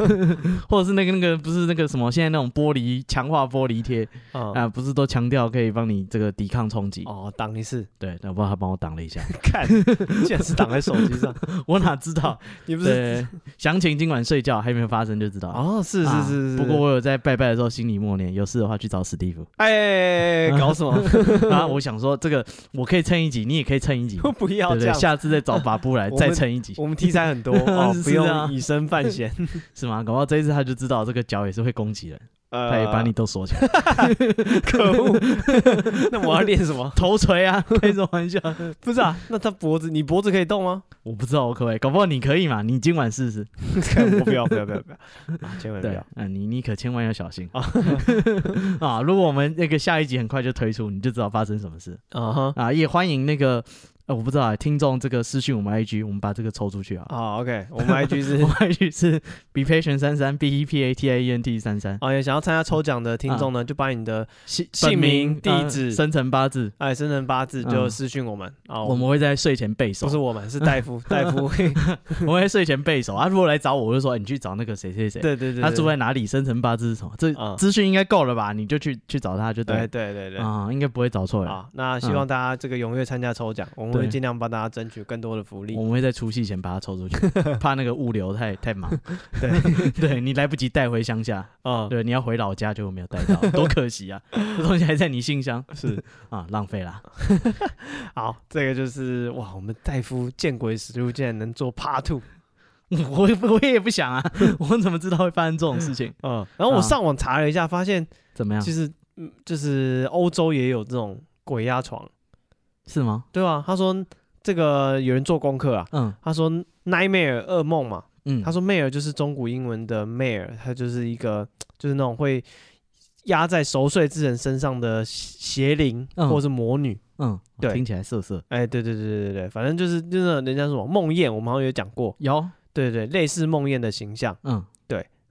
[laughs]
或者是那个那个不是那个什么，现在那种玻璃强化玻璃贴
啊、
啊，不是都强调可以帮你这个抵抗冲击？
哦，挡一次，
对，那不知道他帮我挡了一下， [laughs]
[laughs] 看，竟然是挡在手机上，
我哪知道？
你 [laughs] 不是？啊
对，详情今晚睡觉还没有发生就知道。
哦，是是
啊
是是。
不过我有在拜拜的时候心里默念，有事的话去找史蒂夫。 [laughs]
哎，搞什么？
然后我想说，这个我可以蹭一集，你也可以蹭一集，
我
对
不要
[laughs] 不
这
对？
样。
下次再找把布来 [laughs]
我们
再蹭一集，
我们题材
[laughs]
很多哦，
是啊
不
这样
用以身犯险。
[laughs] 是吗？搞不好这一次他就知道这个脚也是会攻击人，
呃
他也把你都锁 [laughs] 起来，
[laughs] 可恶。 [laughs] 那我要练什
[laughs]
么？
头锤啊，开什么玩笑？
不是啊，那他脖子，你脖子可以动吗？
[laughs]
[laughs]
我不知道我可不可以，搞不好你可以嘛？你今晚试试。
我不要不要不要不要，啊千万不
对哦
要。，
嗯，你你可千万要小心 [laughs] 啊！如果我们那个下一集很快就推出，你就知道发生什么事
啊哈
啊！也欢迎那个呃，我不知道啊，听众这个私讯我们 IG，我们把这个抽出去啊。
啊，OK，我们 IG 是
[laughs] 我们 IG 是 be patient 三三 b e p a t i e n t 三三，
啊，也想要参加抽奖的听众
啊
呢，就把你的
姓
姓名
本
地址
呃生辰八字，
哎生辰八字就
嗯
私讯我们啊，
我们会在睡前背熟
不，是我们是戴
[laughs]
夫，戴夫会，
我们会在睡前背熟啊。如果来找我，我就说、哎你去找那个谁谁谁，
对对对，
他
对
住在哪里，生辰八字是什么，这
嗯
资讯应该够了吧？你就去去找他就
对
了
对对对
啊，应该不会找错人。
啊，那希望大家这个踊跃参加抽奖，我们会
嗯对
尽量帮大家争取更多的福利
我。们会在除夕前把它
[laughs]
抽出去，怕那个物流太太忙。
对
[laughs] 对你来不及带回乡下，
啊，
对，你要回老家就没有带到，多可惜
[laughs]
啊！这东西还在你信箱
是
[laughs] 啊，浪费啦。
好，这个就是哇，我们戴夫见鬼实录竟然能做 Part Two，
[laughs] 我也不我也不想啊， [laughs] 我怎么知道会发生这种事情？
嗯，然后我
啊
上网查了一下，发现
怎么样？
其实嗯，就是欧洲也有这种鬼压床，
是吗？
对吧？他说这个有人做功课啊，
嗯
他说 nightmare 噩梦嘛，
嗯，
他说 mare 就是中古英文的 mare，它就是一个就是那种会压在熟睡之人身上的邪灵
嗯
或是魔女。
嗯，
对
听起来涩涩。
哎，对对对对对对，反正就是真的，人家说什么梦魇，我们好像有讲过，
有，
对对，类似梦魇的形象。
嗯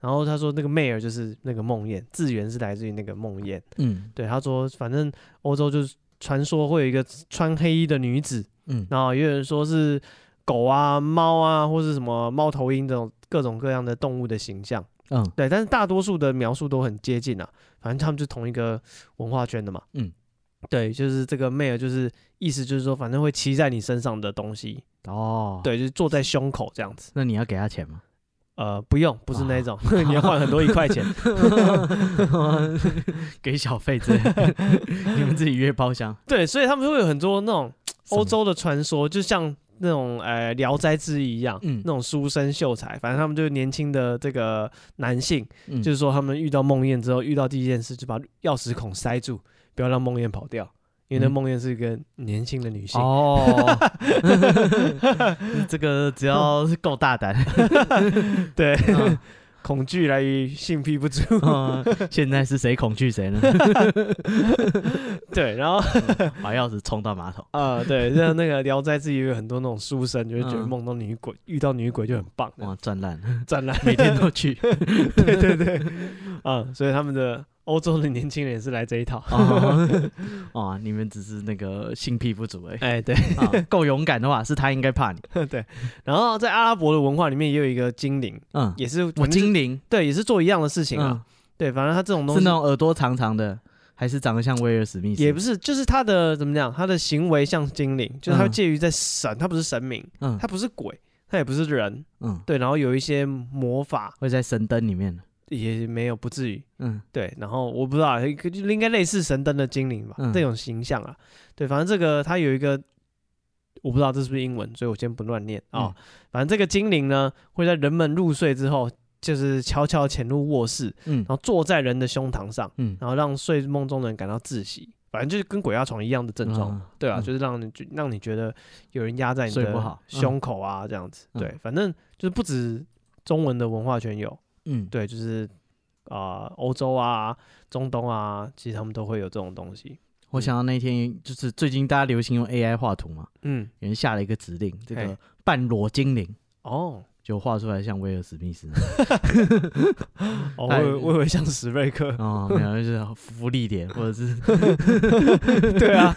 然后他说那个 mare 就是那个梦魇，字源是来自于那个梦魇。
嗯
对，他说反正欧洲就是传说会有一个穿黑衣的女子，
嗯
然后也有人说是狗啊、猫啊，或是什么猫头鹰这种各种各样的动物的形象。
嗯
对，但是大多数的描述都很接近啊，反正他们就同一个文化圈的嘛。
嗯，
对，就是这个 mare 就是意思就是说，反正会骑在你身上的东西，
哦，，
对，就是坐在胸口这样子。
那你要给他钱 [laughs] 吗？
呃，不用，不是那种， [laughs] 你要换很多一块
[laughs]
钱。
给小费之类的， [laughs] 你们自己约包厢。
对，所以他们会有很多那种
什么
欧，洲的传说，就像那种呃《聊斋志异》一样，
嗯
那种书生秀才，反正他们就是年轻的这个男性，
嗯
就是说他们遇到梦魇之后，遇到第一件事就把钥匙孔塞住，不要让梦魇跑掉。因为那
嗯
梦魇是一个年轻的女性，
哦， [laughs] 这个只要是够 [laughs] 大胆，
对，
[laughs] 嗯
恐惧来于性癖不足， [laughs]
嗯现在是谁恐惧谁呢？
对，然后
把钥匙冲到马桶。
啊、对，像那个《聊斋志异》有很多那种书生，就会觉得
嗯
梦到女鬼，遇到女鬼就很棒，
哇，赚烂 [laughs] 了，
赞啦，
每天都去。 [laughs]
对对对，啊、所以他们的欧洲的年轻人也是来这一套， [laughs]
哦，哦你们只是那个性癖
[laughs]
不足而已。
哎，对
啊，够勇敢的话，是他应该怕你。
对，然后在阿拉伯的文化里面也有一个精灵，
嗯，
也是
我
反正就
精灵，
对，也是做一样的事情啊，对，反正他这种
嗯
东
是那
西
种耳朵长长的，还是长得像威尔史密斯？
也不是，就是他的怎么讲，他的行为像精灵，就是他
嗯
介于在神，他不是神明，
嗯
他不是鬼，他也不是人，
嗯，
对，然后有一些魔法
会在神灯里面的。
也没有不至于，
嗯
对，然后我不知道，一个就应该类似神灯的精灵吧，
嗯
这种形象啊，对，反正这个它有一个，我不知道这是不是英文，所以我先不乱念啊、
嗯
反正这个精灵呢，会在人们入睡之后，就是悄悄潜入卧室，
嗯
然后坐在人的胸膛上，
嗯
然后让睡梦中的人感到窒息。反正就是跟鬼压床一样的症状，
嗯
对啊，
嗯
就是让你就让你觉得有人压在你
睡不
的
好嗯
胸口啊，这样子。
嗯
对，反正就是不止中文的文化圈有，
嗯，
对，就是啊，欧、洲啊、中东啊，其实他们都会有这种东西。
我想到那天就是最近大家流行用 AI 画图嘛，
嗯，
有人下了一个指令，这
嘿
个半裸精灵
哦，
就画出来像威尔史密斯
哦，我
哎，
以为我以为像史瑞克
[laughs] 哦，没有就是福利点或者是，
[laughs]
[laughs] 哦
对啊，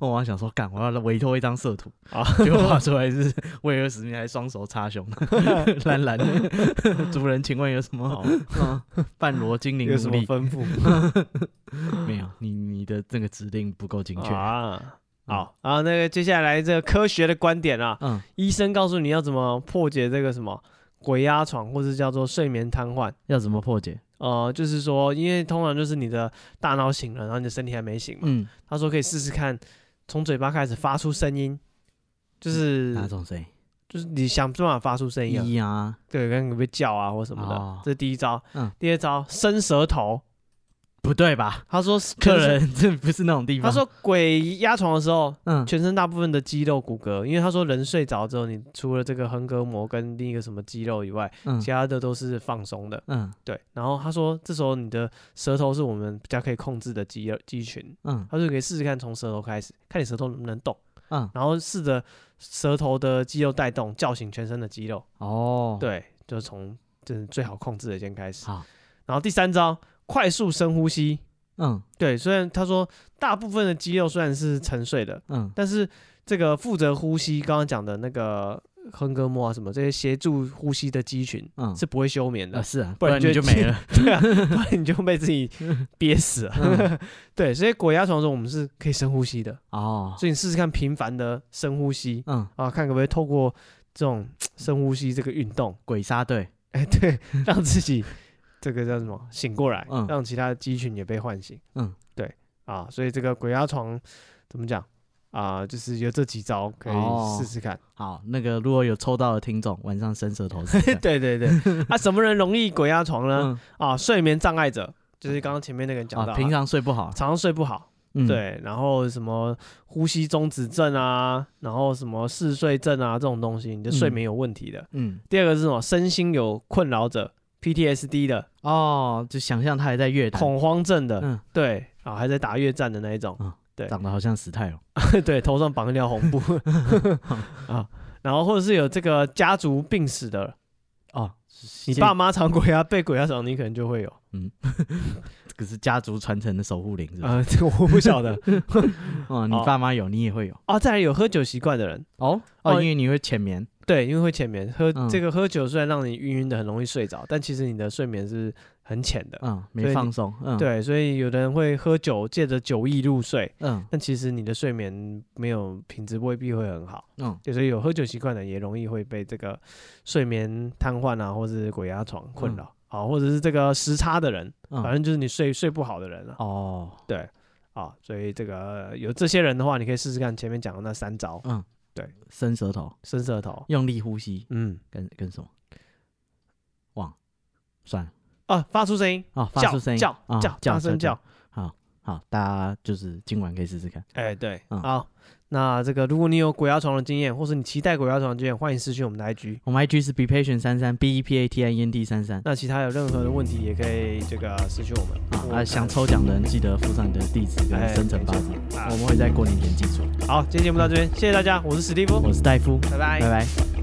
我好像想说干，我要委托一张色图
啊
[laughs] 结果画出来是威尔史密斯还双手插胸， [laughs] 蓝蓝的。 [laughs] 主人，请问有什么
哦、
嗯半裸精灵
有什
奴
么
隶？
吩咐？
没有，你你的这个指令不够
[laughs]
精确。
啊。
嗯
好，然后那个接下来这个科学的观点啊，
嗯，
医生告诉你要怎么破解这个什么鬼压床，或是叫做睡眠瘫痪。
要怎么破解？
呃，就是说，因为通常就是你的大脑醒了，然后你的身体还没醒嘛。
嗯，
他说可以试试看，从嘴巴开始发出声音，
嗯
就是、
哪种谁？
就是你想办法发出声音、啊，
一啊，
对，跟你被叫啊或什么的。
哦
这是第一招。
嗯
第二招伸舌头。
不对吧？
他说
[laughs] 客，人，这不是那种地
他
方。，
说鬼压床的时候，
嗯，
全身大部分的肌肉骨骼，因为他说人睡着之后，你除了这个横膈膜跟另一个什么肌肉以外，
嗯
其他的都是放松的。
嗯
对，然后他说这时候你的舌头是我们比较可以控制的肌肉肌群，
嗯
他说可以试试看从舌头开始，看你舌头能不能动，
嗯，
然后试着舌头的肌肉带动叫醒全身的肌肉。
哦，，
对，就是从就是最好控制的先开始。
好，
然后第三招，快速深呼吸。
嗯
对，虽然他说大部分的肌肉虽然是沉睡的，
嗯
但是这个负责呼吸，刚刚讲的那个横膈膜啊什么这些协助呼吸的肌群
嗯，
是不会休眠的
啊，是啊，
不
不
然
然
就
你就
[laughs]
没了。
对啊，不然你就被自己憋死了。
[laughs] 嗯
对，所以鬼压床的时候，我们是可以深呼吸的，
哦，
所以你试试看频繁的深呼吸
嗯，
啊，看可不可以透过这种深呼吸这个运动，
鬼杀队，
哎，对，
[laughs]
让自己这个叫什么醒过来，
嗯
让其他的肌群也被唤醒。
嗯，
对啊，所以这个鬼压床怎么讲啊？就是有这几招可
哦
以试试
[laughs]
看。
好，那个如果有抽到的听众，晚上伸舌头
[laughs]
试试看。
对对对，啊，什么人容易鬼压床呢？
嗯，
啊，睡眠障碍者，就是刚刚前面那个人讲到
啊，
啊，
平常睡不
[laughs]
好，
常常睡不好。
嗯，
对，然后什么呼吸中止症啊，然后什么嗜睡症啊这种东西，你的睡
嗯
眠有问题的。
嗯，
第二个是什么？身心有困扰者，PTSD 的，
哦，就想象他还在乐坛，
恐慌症的，
嗯，
对啊，还在打越战的那一种，
长得好像史泰龙，
[laughs] 对，头上绑一条 [laughs] 红布啊，然后或者是有这个家族病史的，
哦，
你爸妈常鬼压啊被鬼压床，你可能就会有。
这个是家族传承的守护灵，是吧？
啊，这个我不晓 [laughs] 得
哦，你
哦
爸妈有，你也会有。
啊。再来有喝酒习惯的人，
哦
哦
哦，因为你会浅眠，
对，因为会浅眠，喝、
嗯
这个喝酒虽然让你晕晕的，很容易睡着，但其实你的睡眠是很浅的。
嗯，
所以
没
你
放松，嗯，，
对，所以有的人会喝酒，借着酒意入睡，
嗯
但其实你的睡眠没有品质未必会很好。
嗯，
对所以有喝酒习惯的也容易会被这个睡眠瘫痪啊，或是鬼压床困扰。好，或者是这个时差的人，
嗯
反正就是你睡睡不好的人啊。
哦，
对，啊，所以这个呃有这些人的话，你可以试试看前面讲的那三招：
嗯伸舌头，
伸舌头，
用力呼吸，
嗯，
跟跟什么？忘了，算了，
啊，发出声音，
哦，发
叫
出声音，
叫
啊
叫，大
叫
声叫。。
好，大家就是今晚可以试试看。
哎，对，
嗯
好。那这个，如果你有鬼压床的经验，或是你期待鬼压床的经验，欢迎私讯我们的 IG。
我们 IG 是 be patient 三三 b e p a t i e n t 三三
那其他有任何的问题，也可以这个私讯我们我
啊
们
啊！想抽奖的人记得附上你的地址
哎
跟生辰八字，
看啊
我们会在过年前寄出。
好，今天节目到这边，谢谢大家，我是史蒂夫，
我是戴夫，
拜拜
拜。拜。